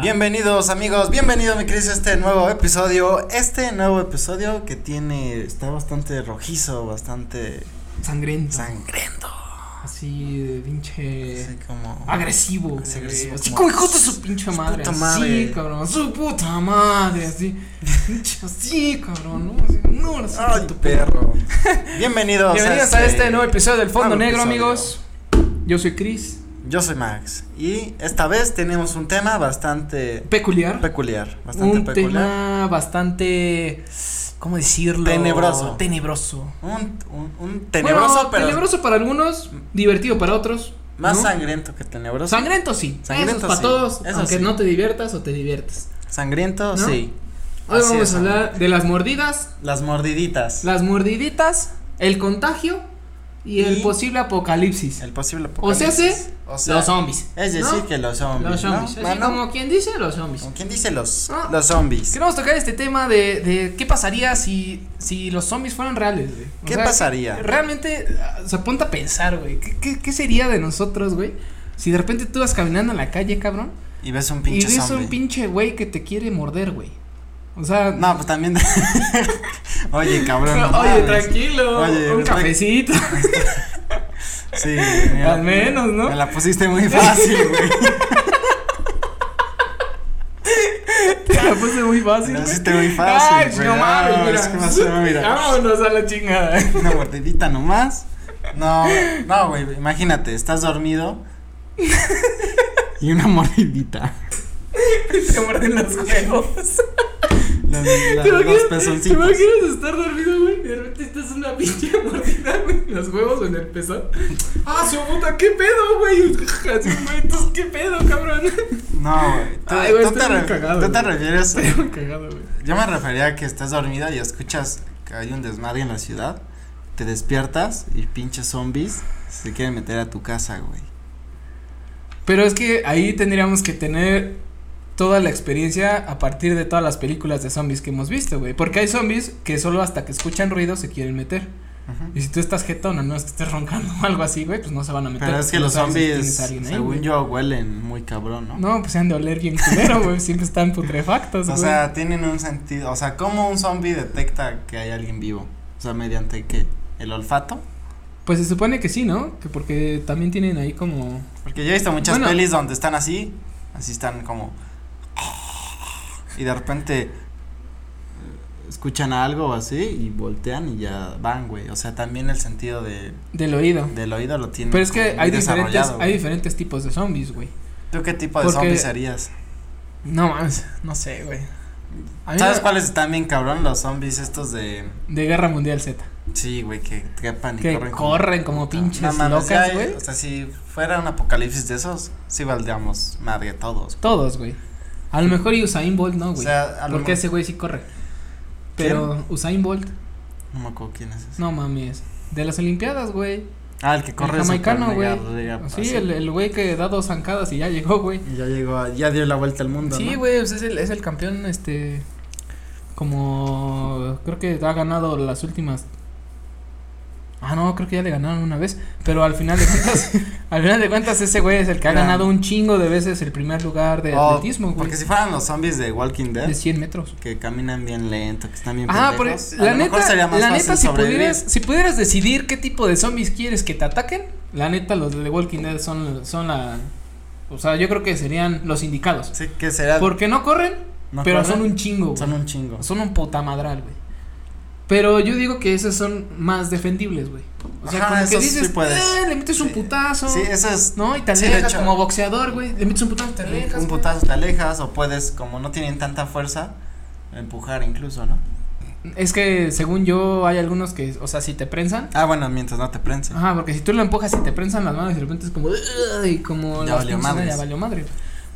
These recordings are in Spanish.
Bienvenidos amigos, bienvenido mi Cris a este nuevo episodio, este nuevo episodio que tiene, está bastante rojizo, bastante Sangriento. sangriento, así de pinche. así como... Agresivo. Así güey. agresivo, Así como- como hijo de su pinche madre. puta madre. Sí, cabrón. Su puta madre. Así. Pinche así, cabrón. ¿no? Así, no, así, Ay, tu tu perro. bienvenidos, Bienvenidos a este nuevo episodio del Fondo nuevo Negro, episodio. amigos. Yo soy Chris. Yo soy Max y esta vez tenemos un tema bastante Peculiar. peculiar, bastante un peculiar. tema bastante. ¿Cómo decirlo? Tenebroso. Tenebroso. Un, un, un tenebroso, Bueno, pero tenebroso para algunos, divertido para otros. más ¿no? sangriento que tenebroso. Sangriento sí. Sangriento Eso es para sí, todos, eso aunque sí. no te diviertas o te diviertas. sangriento, ¿No? sí. Hoy Así vamos es, a hablar de las mordidas, Las mordiditas. las mordiditas, el contagio y, el Y- posible apocalipsis. El posible O sea, sí, apocalipsis. O sea, los zombies. Es decir, ¿no? que los zombies. los zombies. ¿no? Así Mano, como quien dice, los zombies. ¿Quién dice los, Ah. los zombies? Queremos tocar este tema de, de qué pasaría si, si los zombies fueran reales, güey. O ¿Qué sea, pasaría? Realmente, ah, o sea, ponte a pensar, güey. ¿Qué, qué, qué sería de nosotros, güey? Si de repente tú vas caminando en la calle, cabrón, Y ves un y pinche ves zombie. un pinche güey que te quiere morder, güey. O sea, No, pues también. Oye, cabrón. no oye, mames. tranquilo. Oye, un tranqui- cafecito. Sí, me la- Al menos, ¿no? Me la pusiste muy fácil, güey. Te la puse muy fácil. Me la güey. hiciste muy fácil, Ay, güey. no mames, No, mira. es que me hace- mira. Vámonos a la chingada. Una mordidita nomás. No, no, güey. Imagínate, estás dormido. Y una mordidita. Te muerden los huevos. Los, la- ¿Te los imaginas, ¿Te pezoncitos. imaginas estar dormido, güey? De repente estás una pinche mordida, güey. en Los huevos o en el pezón. Ah, su puta, qué pedo, güey. Así, güey, entonces, qué pedo, cabrón. No, güey. Tú, Ay, güey, tú te, estoy muy ref- cagado, tú te güey. refieres. Estoy muy cagado, güey. Yo me refería a que estás dormida y escuchas que hay un desmadre en la ciudad, te despiertas y pinches zombies se quieren meter a tu casa, güey. Pero es que ahí tendríamos que tener toda la experiencia a partir de todas las películas de zombies que hemos visto, güey. Porque hay zombies que solo hasta que escuchan ruido se quieren meter. Y si tú estás jetón o no es que estés roncando o algo así, güey, pues no se van a meter. Pero es que no los sabes si zombies, tienes a alguien ahí, según güey. yo, huelen muy cabrón, ¿no? No, pues se han de oler bien culero, güey. Siempre están putrefactos, o güey. sea, tienen un sentido, o sea, ¿cómo un zombie detecta que hay alguien vivo? O sea, mediante qué? ¿El olfato? Pues se supone que sí, ¿no? Que porque también tienen ahí como. Porque yo he visto muchas Bueno. pelis donde están así, así están como y de repente eh, escuchan algo así y voltean y ya van, güey. O sea, también el sentido de del oído. del oído lo tienen. Pero es que como muy hay diferentes, desarrollado, hay güey. diferentes tipos de zombies, güey. ¿Tú qué tipo de porque- zombies serías? No mames, no sé, güey. A mí ¿Sabes me- cuáles están bien cabrón los zombies estos de De Guerra Mundial Z. Sí, güey, que trepan y Que corren. corren como puta. pinches mames, locas, ya, güey. O sea, si fuera un apocalipsis de esos, sí valdríamos madre todos. Todos, güey. A lo mejor y Usain Bolt no, o güey. sea, a lo mejor- porque ese güey sí corre. Pero Usain Bolt, no me acuerdo quién es ese. no mames. De las Olimpiadas, güey. Ah, el que corre El es jamaicano, súper mega güey. riga- Sí, así. el el güey que da dos zancadas y ya llegó, güey. Y Ya llegó, a- ya dio la vuelta al mundo, Sí, ¿no? güey, pues es, el, es el campeón, este. Como. Creo que ha ganado las últimas. Ah, no, creo que ya le ganaron una vez. Pero al final de cuentas, al final de cuentas, ese güey es el que ha Gran. ganado un chingo de veces el primer lugar de Oh, atletismo, güey. Porque si fueran los zombies de Walking Dead, De 100 metros. que caminan bien lento, que están bien Ah, por pendejos, a la lo mejor neta, sería más la fácil neta si sobrevivir. pudieras, si pudieras decidir qué tipo de zombies quieres que te ataquen, la neta los de The Walking Dead son, son la, o sea, yo creo que serían los indicados. Sí, que será. Porque no corren, ¿no pero corren? son un chingo. güey. Son un chingo. Son un putamadral, güey. Pero yo digo que esos son más defendibles, güey. O sea, Ajá, como que esos dices, sí puedes. "Eh, le metes un Sí. putazo. Sí, eso es. ¿No? Y te Sí, de alejas hecho. como boxeador, güey. Le metes un putazo, te alejas. un güey. putazo te alejas, o puedes, como no tienen tanta fuerza, empujar incluso, ¿no? Es que según yo hay algunos que, o sea, si te prensan. Ah, bueno, mientras no te prensen. Ajá, porque si tú lo empujas y te prensan las manos y de repente es como. "Ugh", Y como. Ya las valió pinches, madres. Ya valió madre.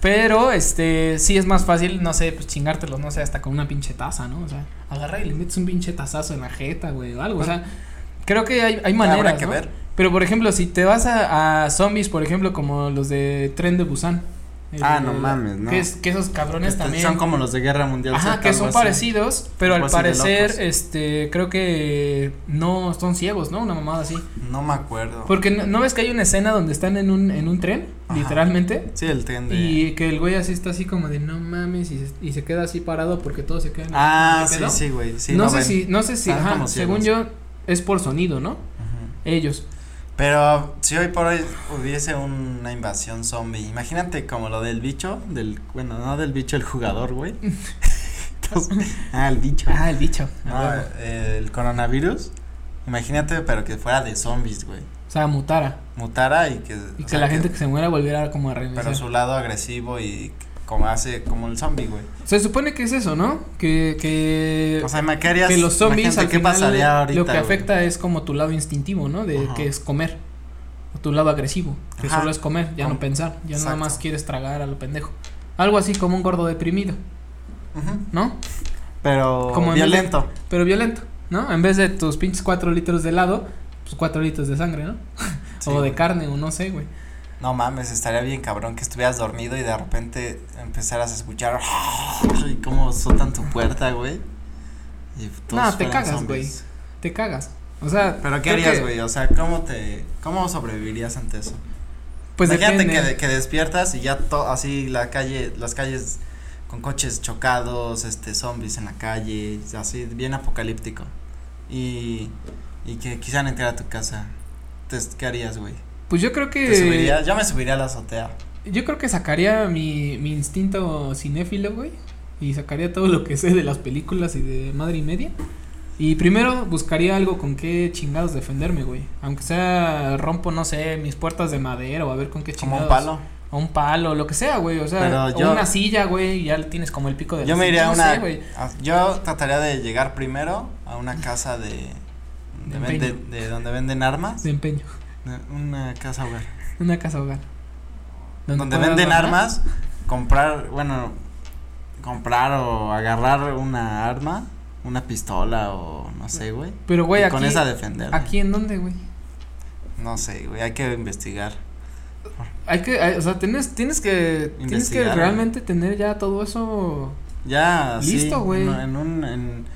Pero, este, sí es más fácil, no sé, pues chingártelos, no sé, hasta con una pinche taza, ¿no? O sea, agarra y le metes un pinche tazazo en la jeta, güey, o algo. O sea, creo que hay, hay maneras. Habrá que ¿no? ver. Pero por ejemplo, si te vas a, a zombies, por ejemplo, como los de Tren de Busan. el- Ah, no mames, no. Que, es- que esos cabrones Este, también. Son como los de Guerra Mundial. Ajá, Z, que algo son así. parecidos, pero Algo al así de parecer, locos. este, creo que no son ciegos, ¿no? Una mamada así. No me acuerdo. Porque no, ¿no ves que hay una escena donde están en un, en un tren Ajá. literalmente. Sí, el tren de. Y que el güey así está así como de no mames y se, y se queda así parado porque todos se quedan. Ah, ¿Qué sí, pedo? sí, güey. Sí, no, sé ven. si, no sé si, Están ajá, como según ciegos. yo es por sonido, ¿no? Ujú. Ellos. Pero si hoy por hoy hubiese una invasión zombie, imagínate como lo del bicho, del, bueno, no del bicho, el jugador, güey. Entonces, ah, el bicho. Ah, el bicho. a No, huevo. eh, el coronavirus, imagínate, pero que fuera de zombies, güey. O sea, mutara. Mutara y que. Y o que sea, la gente que se muera volviera como a regresar. Pero su lado agresivo y como hace como el zombie, güey. Se supone que es eso, ¿no? Que, que, O sea, me querías. Eh, que los zombies imagínate al ¿Qué final pasaría ahorita? lo que güey. afecta es como tu lado instintivo, ¿no? De Ajá. que es comer. O tu lado agresivo, que Ajá. solo es comer, ya no Com- pensar, ya nada Exacto. más quieres tragar a lo pendejo. Algo así como un gordo deprimido, Ujú. ¿no? Pero. Como en vez de- violento. Pero violento, ¿no? En vez de tus pinches cuatro litros de helado, pues cuatro litros de sangre, ¿no? Sí, o de güey. carne, o no sé, güey. No mames, estaría bien cabrón que estuvieras dormido y de repente empezaras a escuchar y cómo soltan tu puerta, güey. Y todos No, te fueran cagas, zombies. Te cagas. O sea, Pero ¿qué creo harías, que, güey? O sea, ¿cómo te cómo sobrevivirías ante eso? Pues Imagínate depende. que, de- que despiertas y ya to, así la calle, las calles con coches chocados, este zombies en la calle, así bien apocalíptico. Y y que quisieran entrar a tu casa. Entonces, ¿qué harías, güey? Pues yo creo que Te subirías, yo me subiría a la azotea. Yo creo que sacaría mi, mi instinto cinéfilo, güey. Y sacaría todo lo que sé de las películas y de madre y media. Y primero buscaría algo con qué chingados defenderme, güey. Aunque sea rompo, no sé, mis puertas de madera o a ver con qué Como chingados. un palo. O un palo, lo que sea, güey. O sea, Pero o yo- una silla, güey. y Ya le tienes como el pico de la Yo me silla, iría a no una. sé, güey. a- yo trataría de llegar primero a una casa de. De De, vende- de donde venden armas. De empeño. de Una casa hogar. Una casa hogar. Donde puedas venden guardar. armas. Comprar, bueno. Comprar o agarrar una arma. Una pistola o no sé, güey. Pero, güey, y aquí. con esa defender. ¿Aquí en dónde, güey? No sé, güey. Hay que investigar. Hay que, hay- o sea, tienes, tienes que, tienes que Investigar, eh. realmente tener ya todo eso, Ya. así, Listo, güey. no, En un. en-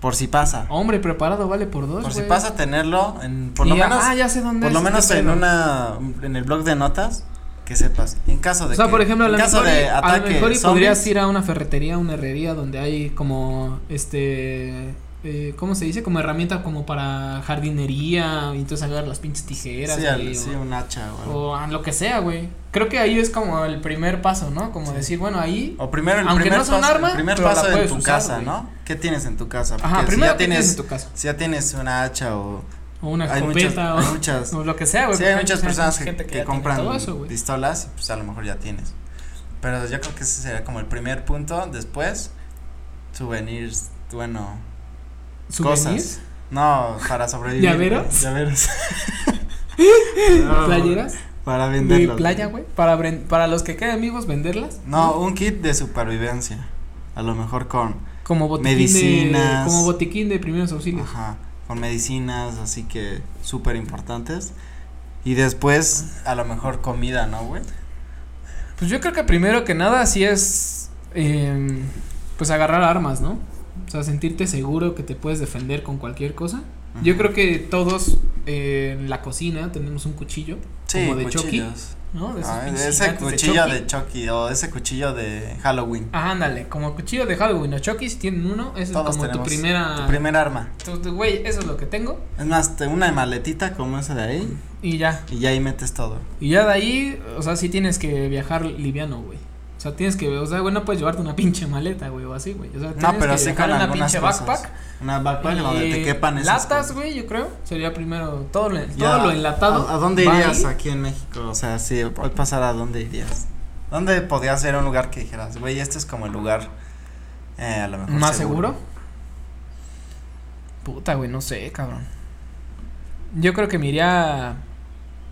por si pasa. hombre preparado vale por dos, por si güey. pasa tenerlo. En, por lo Y ya- menos. ah, ya sé dónde Por es lo este menos en pedo. una en el blog de notas que sepas. En caso de O sea, que- por ejemplo, a en lo caso mejor, y- de a lo ataque mejor y zombies, podrías ir a una ferretería, una herrería donde hay como, este, eh, ¿cómo se dice? Como herramienta como para jardinería, y entonces agarrar las pinches tijeras, sí, güey, al- o- sí, un hacha o, algo. o ah, lo que sea, güey. Creo que ahí es como el primer paso, ¿no? Como Sí. decir, bueno, ahí O primero el aunque primer no sea un paso, arma, el primer pero la paso en puedes tu usar, casa, güey. ¿no? ¿Qué tienes en tu casa? Porque Ajá, si primero ya que tienes, en tu casa. si ya tienes una hacha o O una hay muchas escopeta hay o- muchas o lo que sea, güey. sí, porque hay muchas mucha personas que, gente que ya tiene compran todo eso, güey. pistolas, y, pues a lo mejor ya tienes. Pero yo creo que ese sería como el primer punto, después souvenirs, bueno, ¿Souvenirs? cosas. no, para sobrevivir. ¿Llaveros? Llaveros. playeras Para de venderlos. playa, güey, para bren- para los que queden amigos venderlas. No, un kit de supervivencia. A lo mejor con, Como botiquín de medicinas. como botiquín de primeros auxilios. ajá, con medicinas, así que súper importantes. Y después, a lo mejor comida, ¿no, güey? Pues yo creo que primero que nada sí es em, pues agarrar armas, ¿no? O sea, sentirte seguro que te puedes defender con cualquier cosa. Yo creo que todos eh, en la cocina tenemos un cuchillo, sí, como de cuchillos. ¿no? De esos Ah, pinches ese gigantes de cuchillo Chucky. de Chucky o ese cuchillo de Halloween. Ah, ándale, como cuchillo de Halloween o Chucky, si tienen uno, ese es Todos como tu tenemos primera... Tu primer arma. tu- tu- Güey, eso es lo que tengo Es más, te- una maletita como esa de ahí y ya, y ya ahí metes todo. Y ya de ahí, o sea, sí tienes que viajar liviano, güey. O sea, tienes que, o sea, güey, no puedes llevarte una pinche maleta, güey, o así, güey. O sea, tienes No, pero que sí viajar con en una algunas pinche cosas. backpack. Una backpack y donde te quepan esas Latas, cosas. güey, yo creo. Sería primero todo lo, Ya, todo lo enlatado. ¿A, a dónde va irías ahí. aquí en México? O sea, si hoy pasara, ¿a dónde irías? ¿Dónde podrías ir a un lugar que dijeras, güey, este es como el lugar eh, a lo mejor ¿Más seguro? Puta, güey, no sé, cabrón. Yo creo que me iría a,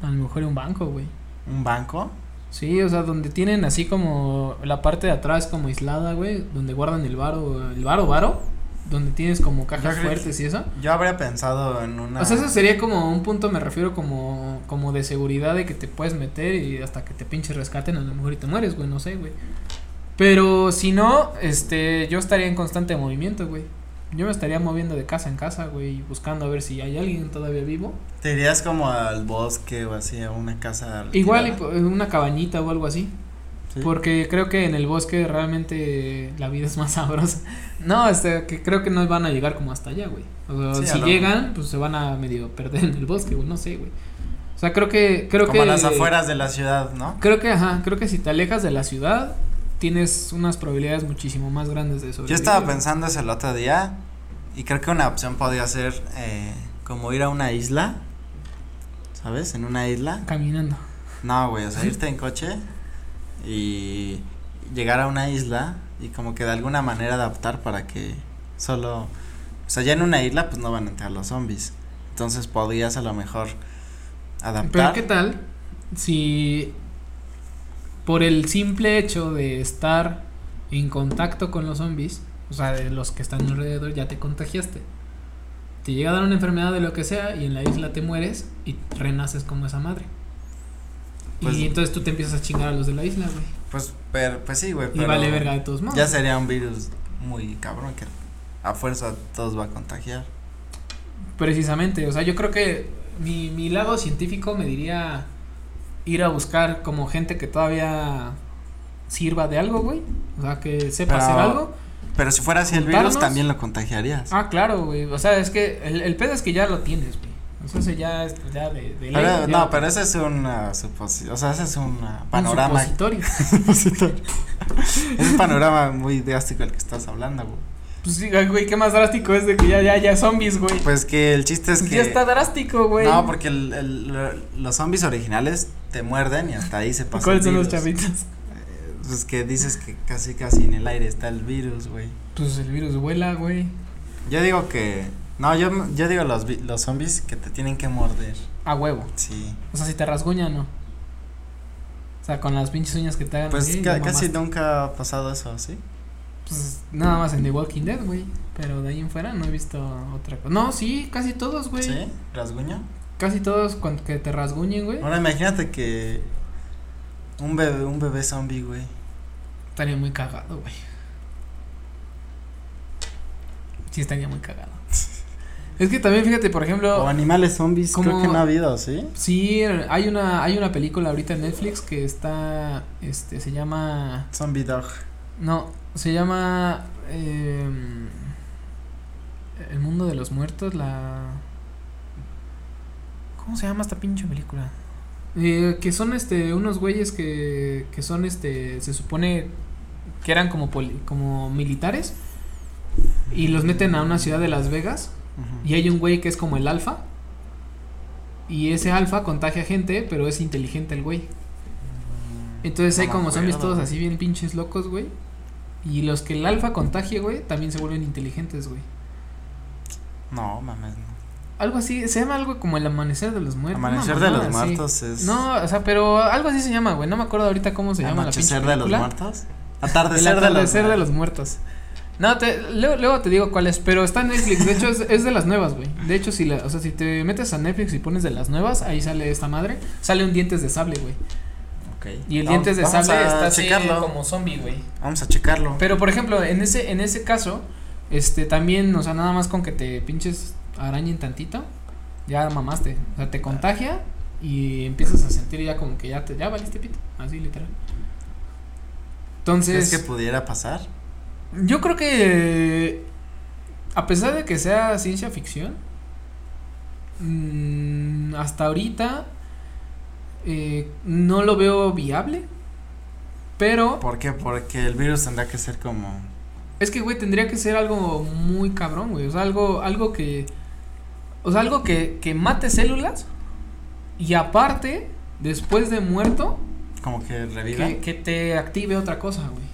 a lo mejor a un banco, güey. ¿Un banco? Sí, o sea, donde tienen así como la parte de atrás como aislada, güey, donde guardan el varo, el varo, varo, donde tienes como cajas creo que- fuertes y eso. Yo habría pensado en una. O sea, eso sería como un punto, me refiero como, como de seguridad de que te puedes meter y hasta que te pinche rescaten a lo mejor y te mueres, güey, no sé, güey. Pero si no, este, yo estaría en constante movimiento, güey. Yo me estaría moviendo de casa en casa, güey, buscando a ver si hay alguien todavía vivo. ¿Te irías como al bosque o así, a una casa? Igual y retirada? po- en una cabañita o algo así. Sí. Porque creo que en el bosque realmente la vida es más sabrosa. No, este, que creo que no van a llegar como hasta allá, güey. O sea, Sí, a si lo- llegan, pues se van a medio perder en el bosque, güey, no sé, güey. O sea, creo que, creo como que. a las afueras de la ciudad, ¿no? Creo que, ajá, creo que si te alejas de la ciudad, tienes unas probabilidades muchísimo más grandes de sobrevivir. Yo estaba güey. pensando eso el otro día y creo que una opción podría ser eh, como ir a una isla, ¿sabes? En una isla. Caminando. No, güey, o sea, irte en coche y llegar a una isla y como que de alguna manera adaptar para que solo... O sea, ya en una isla pues no van a entrar los zombies. Entonces podrías a lo mejor Pero adaptar. ¿qué tal si por el simple hecho de estar en contacto con los zombies, o sea, de los que están alrededor, ya te contagiaste? Te llega a dar una enfermedad de lo que sea y en la isla te mueres y renaces como esa madre. Pues- y entonces tú te empiezas a chingar a los de la isla, güey. Pues, pero, pues sí, güey. Y pero vale verga de todos modos. Ya sería un virus muy cabrón que a fuerza todos va a contagiar. Precisamente, o sea, yo creo que mi, mi lado científico me diría ir a buscar como gente que todavía sirva de algo, güey. O sea, que sepa Pero- hacer algo. Pero si fuera así el virus ¿Juntarnos? también lo contagiarías. Ah, claro, güey. O sea, es que el, el pedo es que ya lo tienes, güey. O sea, eso ya es ya de, de ley, Pero- ya no, lo- pero ese es una suposición, o sea, ese es un ah, un panorama supositorio. Supositorio. es un panorama muy drástico el que estás hablando, güey. Pues sí, ay, güey, qué más drástico es de que ya, ya, ya zombies, güey. Pues que el chiste es Pues que. Ya está drástico, güey. No, porque el- el- lo- los zombies originales te muerden y hasta ahí se pasa. ¿Cuáles el son los virus. chavitos? Eh, Pues que dices que casi casi en el aire está el virus, güey. Pues el virus vuela, güey. Yo digo que. No, yo, yo digo los, vi- los zombies que te tienen que morder. A huevo. Sí. O sea, si te rasguña, no. O sea, con las pinches uñas que te hagan. Pues así, ca- no casi mamaste. nunca ha pasado eso, ¿sí? Pues nada más en The Walking Dead, güey. Pero de ahí en fuera no he visto otra cosa. No, sí, casi todos, güey. ¿Sí? ¿Rasguño? Casi todos con que te rasguñen, güey. Ahora imagínate que. Un bebé, un bebé zombie, güey. Estaría muy cagado, güey. Sí, estaría muy cagado. Es que también, fíjate, por ejemplo, O animales zombies, creo como- que no ha habido, ¿sí? sí, hay una, hay una película ahorita en Netflix que está, este, se llama, Zombie dog. no, se llama, em, El mundo de los muertos, la, ¿cómo se llama esta pinche película? Eh, que son, este, unos güeyes que, que son, este, se supone que eran como, poli- como militares y los meten a una ciudad de Las Vegas y hay un güey que es como el alfa y ese alfa contagia gente, pero es inteligente el güey. Entonces hay como zombies todos así bien pinches locos, güey. Y los que el alfa contagia, güey, también se vuelven inteligentes, güey. No, mames, no. Algo así, se llama algo como el amanecer de los muertos. una Amanecer de los mamada así. muertos es. No, o sea, pero algo así se llama, güey. No me acuerdo ahorita cómo se llama la pinche Anochecer de los película. muertos. El Atardecer, atardecer de de los los muertos. No, te, luego, luego te digo cuál es, pero está en Netflix, de hecho es, es de las nuevas, güey. De hecho, si la, o sea, si te metes a Netflix y pones de las nuevas, ahí sale esta madre, sale un dientes de sable, güey. muertos. Y el dientes de vamos sable a está así checarlo. como zombie, güey. Vamos a checarlo. Pero por ejemplo, en ese, en ese caso, este también, o sea, nada más con que te pinches arañen tantito, ya mamaste. O sea, te contagia y empiezas a sentir ya como que ya te, ya valiste pito, así literal. Entonces. pues, ¿Crees que pudiera pasar? Yo creo que a pesar de que sea ciencia ficción, mm, hasta ahorita eh, no lo veo viable. Pero ¿Por qué? Porque el virus tendrá que ser como. es que, güey, tendría que ser algo muy cabrón, güey. O sea, algo, algo que. O sea, algo que, que mate células. Y aparte, después de muerto, Como que reviva. que, que te active otra cosa, güey.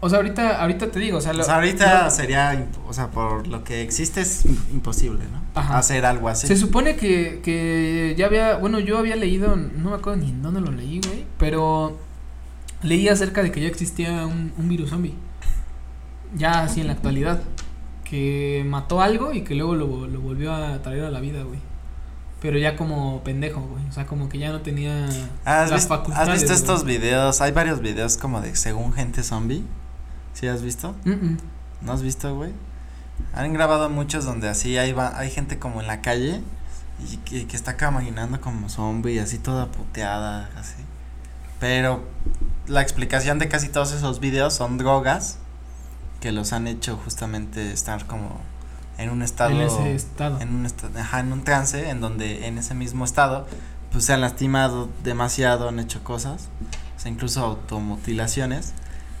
O sea, ahorita, ahorita te digo, o sea, O lo- sea, ahorita lo- sería, imp- o sea, por lo que existe es imposible, ¿no? Ajá. Hacer algo así. Se supone que, que ya había, bueno, yo había leído, no me acuerdo ni en dónde lo leí, güey, pero leí acerca de que ya existía un, un virus zombie, ya así en la actualidad, que mató algo y que luego lo, lo volvió a traer a la vida, güey. Pero ya como pendejo, güey. O sea, como que ya no tenía ¿Has, las vis- has facultades. visto güey. estos videos? Hay varios videos como de según gente zombie. ¿Sí has visto? Mm, mm. ¿No has visto, güey? Han grabado muchos donde así hay, va, hay gente como en la calle y que, que está caminando como zombie, así toda puteada, así. Pero la explicación de casi todos esos videos son drogas que los han hecho justamente estar como en un estado. En ese estado. En un, esta- ajá, en un trance en donde en ese mismo estado pues se han lastimado demasiado, han hecho cosas, o sea, incluso automutilaciones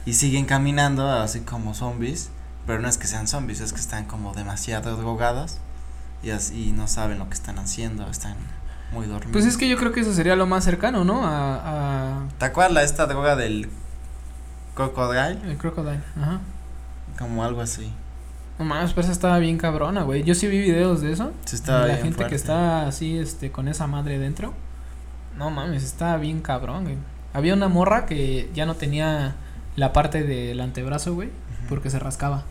y siguen caminando así como zombies, pero no es que sean zombies, es que están como demasiado drogados y así no saben lo que están haciendo, están muy dormidos. Pues es que yo creo que eso sería lo más cercano, ¿no? A, a ¿Te acuerdas la- esta droga del crocodile? el crocodile. Ajá. Como algo así. No mames, pero esa estaba bien cabrona, güey. Yo sí vi videos de eso. Sí, de estaba la bien gente fuerte. que está así, este, con esa madre dentro. No mames, estaba bien cabrón, güey. Había una morra que ya no tenía la parte del antebrazo, güey, Ujú. porque se rascaba.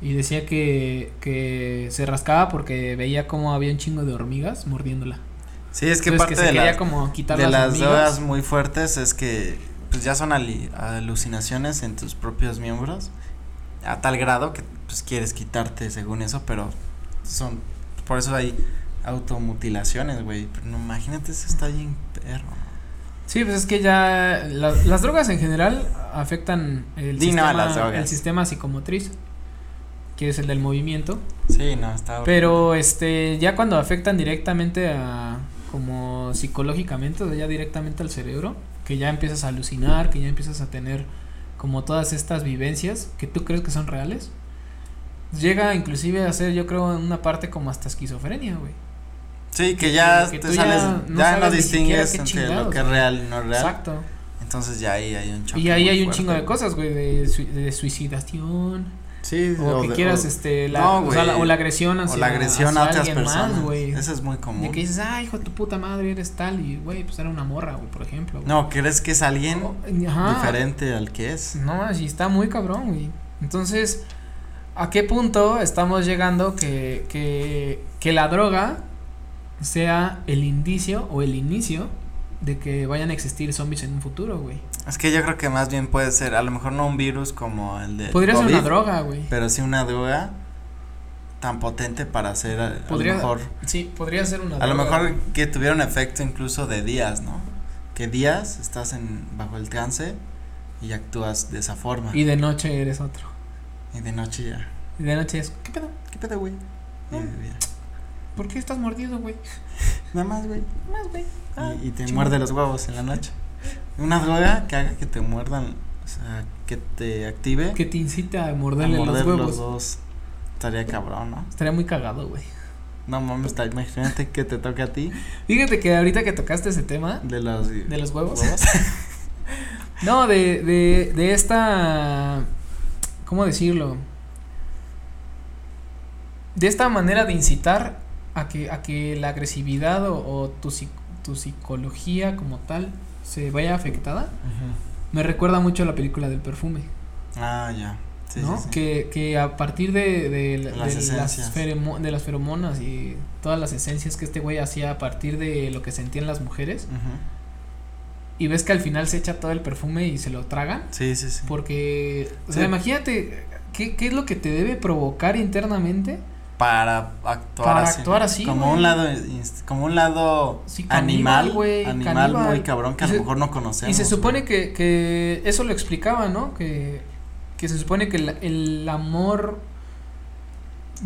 Y decía que, que se rascaba porque veía como había un chingo de hormigas mordiéndola. Sí, es que Entonces, parte pues que se de, quería las- como quitar de las, las hormigas. drogas muy fuertes es que pues ya son ali- alucinaciones en tus propios miembros a tal grado que pues quieres quitarte según eso, pero son por eso hay automutilaciones, güey. Pero no, imagínate, eso está bien perro. Sí, pues es que ya la- las drogas en general afectan el, Di no a sistema, las drogas. el sistema psicomotriz, que es el del movimiento. Sí, no, está Pero este, ya cuando afectan directamente a como psicológicamente, o sea, ya directamente al cerebro, que ya empiezas a alucinar, que ya empiezas a tener como todas estas vivencias que tú crees que son reales, llega inclusive a ser yo creo en una parte como hasta esquizofrenia, güey. Sí, que ya que te tú ya sales, no ya no sabes ni siquiera distingues qué entre lo chingados, que es güey. real y no real. Exacto. Entonces ya ahí hay un choque. Y ahí muy hay un fuerte, chingo de güey. cosas, güey, de, sui- de suicidación, Sí, o, que de- quieras, o- este, la, No, o, sea, la- güey. o la agresión hacia, o la agresión hacia a otras alguien personas. más, güey. Eso es muy común. De que dices, ah, hijo de tu puta madre, eres tal, y, güey, pues era una morra, güey, por ejemplo. No, crees que es alguien güey. Oh, Ajá. diferente al que es. No, así está muy cabrón, güey. Entonces, ¿a qué punto estamos llegando que, que, que la droga sea el indicio o el inicio de que vayan a existir zombies en un futuro, güey? Es que yo creo que más bien puede ser, a lo mejor no un virus como el de. Podría ser una COVID, droga, güey. Pero sí una droga tan potente para hacer a, a Podría- lo mejor. Sí, podría ser una A lo droga, mejor güey. que tuviera un efecto incluso de días, ¿no? Que días estás en bajo el trance y actúas de esa forma. Y de noche eres otro. Y de noche ya. Y de noche es, ¿qué pedo? ¿Qué pedo, güey? Y Ah. de día, ¿Por qué estás mordido, güey? Nada más, güey. Más, güey. Ah, Y, y te chingón. muerde los huevos en la noche. Una droga que haga que te muerdan, o sea, que te active. Que te incita a a morderle morder los huevos. dos. Estaría cabrón, ¿no? Estaría muy cagado, güey. No mames, está- imagínate que te toque a ti Fíjate que ahorita que tocaste ese tema de los de los huevos. No, de, de, de esta. ¿Cómo decirlo? De esta manera de incitar a que, a que la agresividad o, o tu, psic- tu psicología como tal se vaya afectada, Ujú. me recuerda mucho a la película del perfume. Ah, ya. Sí, ¿no? sí, sí. Que, que a partir de, de, de Las las esencias. feremo- de las feromonas y todas las esencias que este güey hacía a partir de lo que sentían las mujeres, Ujú. y ves que al final se echa todo el perfume y se lo tragan, Sí, sí, sí. porque, o sea, Sí. imagínate, ¿qué, ¿qué es lo que te debe provocar internamente? Para actuar Para así. actuar así, Como güey. un lado, inst- como un lado Sí, caníbal, animal, güey, animal caníbal. muy cabrón que Y a lo se- mejor no conocemos. y se supone güey. que, que eso lo explicaba, ¿no? Que, que se supone que el, el amor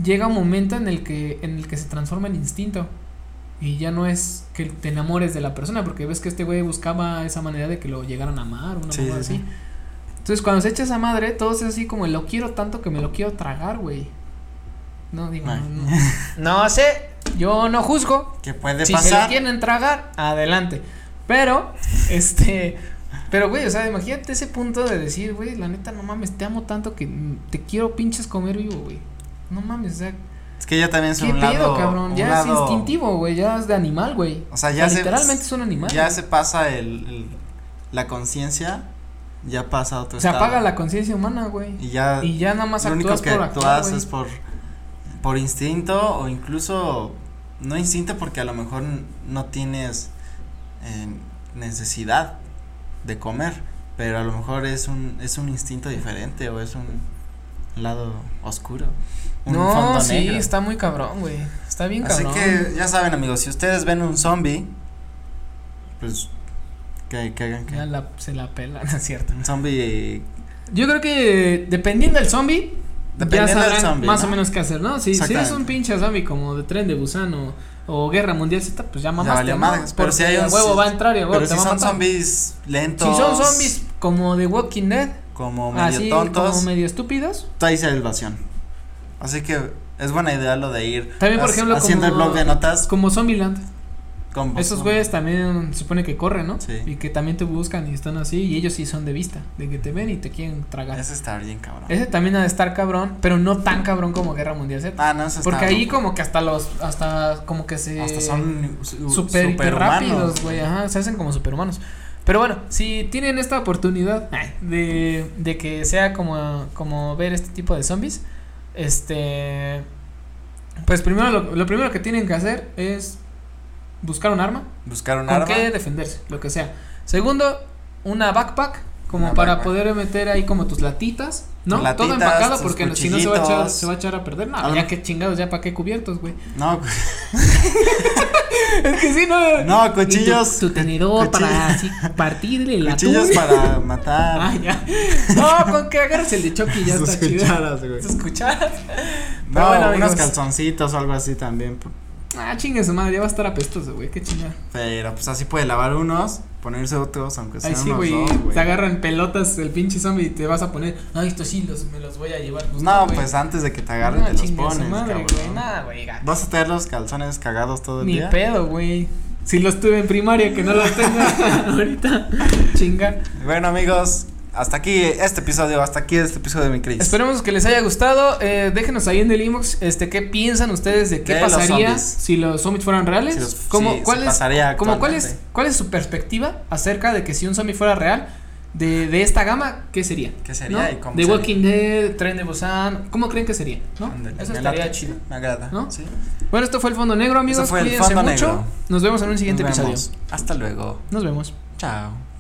llega un momento en el que en el que se transforma en instinto y ya no es que te enamores de la persona porque ves que este güey buscaba esa manera de que lo llegaran a amar una Sí, mamada sí, así sí. entonces cuando se echa esa madre todo es así como lo quiero tanto que me lo quiero tragar güey no digo Ay. no, no. No sé yo no juzgo Que puede si se lo pasar. quieren tragar, adelante. Pero, este, pero güey, o sea, imagínate ese punto de decir, güey, la neta, no mames, te amo tanto que mm, te quiero pinches comer vivo, güey. No mames, o sea, Es que ya también es qué un pedo, lado. cabrón. un Ya es lado- instintivo, güey, ya es de animal, güey. O sea, O ya sea, se- literalmente es un animal. Ya güey. se pasa el, el- la conciencia, ya pasa a otro se estado. apaga la conciencia humana, güey. Y ya Y ya nada más lo único actúas que por actuar, actúas güey. es por por instinto o incluso no instinto porque a lo mejor n- no tienes eh, necesidad de comer, pero a lo mejor es un es un instinto diferente o es un lado oscuro. Un No, fondo sí, negro. está muy cabrón, güey. Está bien Así cabrón. que ya saben amigos, si ustedes ven un zombie, pues que, que hagan que... Ya la- se la pela, no es cierto. Un zombie... Yo creo que dependiendo del zombie, ya Dependiendo del sabrán zombie, más ¿no? o menos qué hacer, ¿no? Si, si es Exactamente. un pinche zombie como de tren de Busan o, o Guerra Mundial Z, pues ya mamaste, valió ¿no? madres, pero Porque si hay un- a huevo va a entrar y a huevo Pero te si va a son matar. zombies lentos... Si son zombies como de Walking Dead, Como medio así tontos, Ah, como medio estúpidos. hay salvación. Así que es buena idea lo de ir También, por ha- ejemplo, haciendo como- el blog de notas. Como Zombieland. con- Esos con- güeyes también se supone que corren, ¿no? Sí. Y que también te buscan y están así. Y ellos sí son de vista, de que te ven y te quieren tragar. Ese está bien cabrón. Ese también ha de estar cabrón, pero no tan cabrón como Guerra Mundial Z. Ah, no, ese está Porque ahí como que hasta los, hasta como que se. hasta son su- super, hiper rápidos, superhumanos. güey. Ajá, se hacen como superhumanos. Pero bueno, si tienen esta oportunidad ay, de, de que sea como, como ver este tipo de zombies, este. Pues primero, lo, lo primero que tienen que hacer es buscar un arma. Buscar un con arma. qué defenderse, lo que sea. Segundo, una backpack, como Una para backpack. poder meter ahí como tus latitas, ¿no? Tus Todo latitas, empacado tus porque no- si no se va a echar, cuchillitos. se va a echar a perder. No, A lo- ya que chingados, ya para qué cubiertos, güey. No, Es que sí, no. no, Y tu- cuchillos. Tu, tenedor cuchillos- para así partirle la Cuchillos para matar. Ah, ya. No, con que agarres el de Chucky ya Sus está chido. cucharas, güey. Tus cucharas. No, Pero bueno, unos amigos. calzoncitos o algo así también. p- Ah, chingue su madre, ya va a estar apestoso, güey. Qué chingada. Pero pues así puede lavar unos, ponerse otros, aunque sean Ay, sí, unos güey. dos, güey. Te agarran pelotas el pinche zombie y te vas a poner. No, estos sí los, me los voy a llevar. Pues justo, no, güey". pues antes de que te agarren No, te los chingue a su pones, madre, cabrón. güey. Nada, güey. gato. ¿Vas a tener los calzones cagados todo el Ni día? pedo, güey. Si los tuve en primaria, que no los tengo ahorita. Chinga. Bueno, amigos, hasta aquí este episodio, hasta aquí este episodio de mi crisis. Esperemos que les haya gustado. Eh, déjenos ahí en el inbox este, qué piensan ustedes de qué De los pasaría zombies. si los zombies fueran reales. Si los- ¿Cómo, sí, cuál se es, pasaría como cuál, es, actualmente. ¿Cuál es su perspectiva acerca de que si un zombie fuera real, de, de esta gama, qué sería? ¿Qué sería y cómo The sería? Walking Dead, Tren de Busan, ¿cómo creen que sería? ¿no? Ándale, Eso me estaría late, chido. Me agrada. ¿No? Sí. Bueno, esto fue el Fondo Negro, amigos. fue el Cuídense Fondo mucho. Negro. Nos vemos en un siguiente Nos episodio. vemos. Hasta luego. Nos vemos. Chao.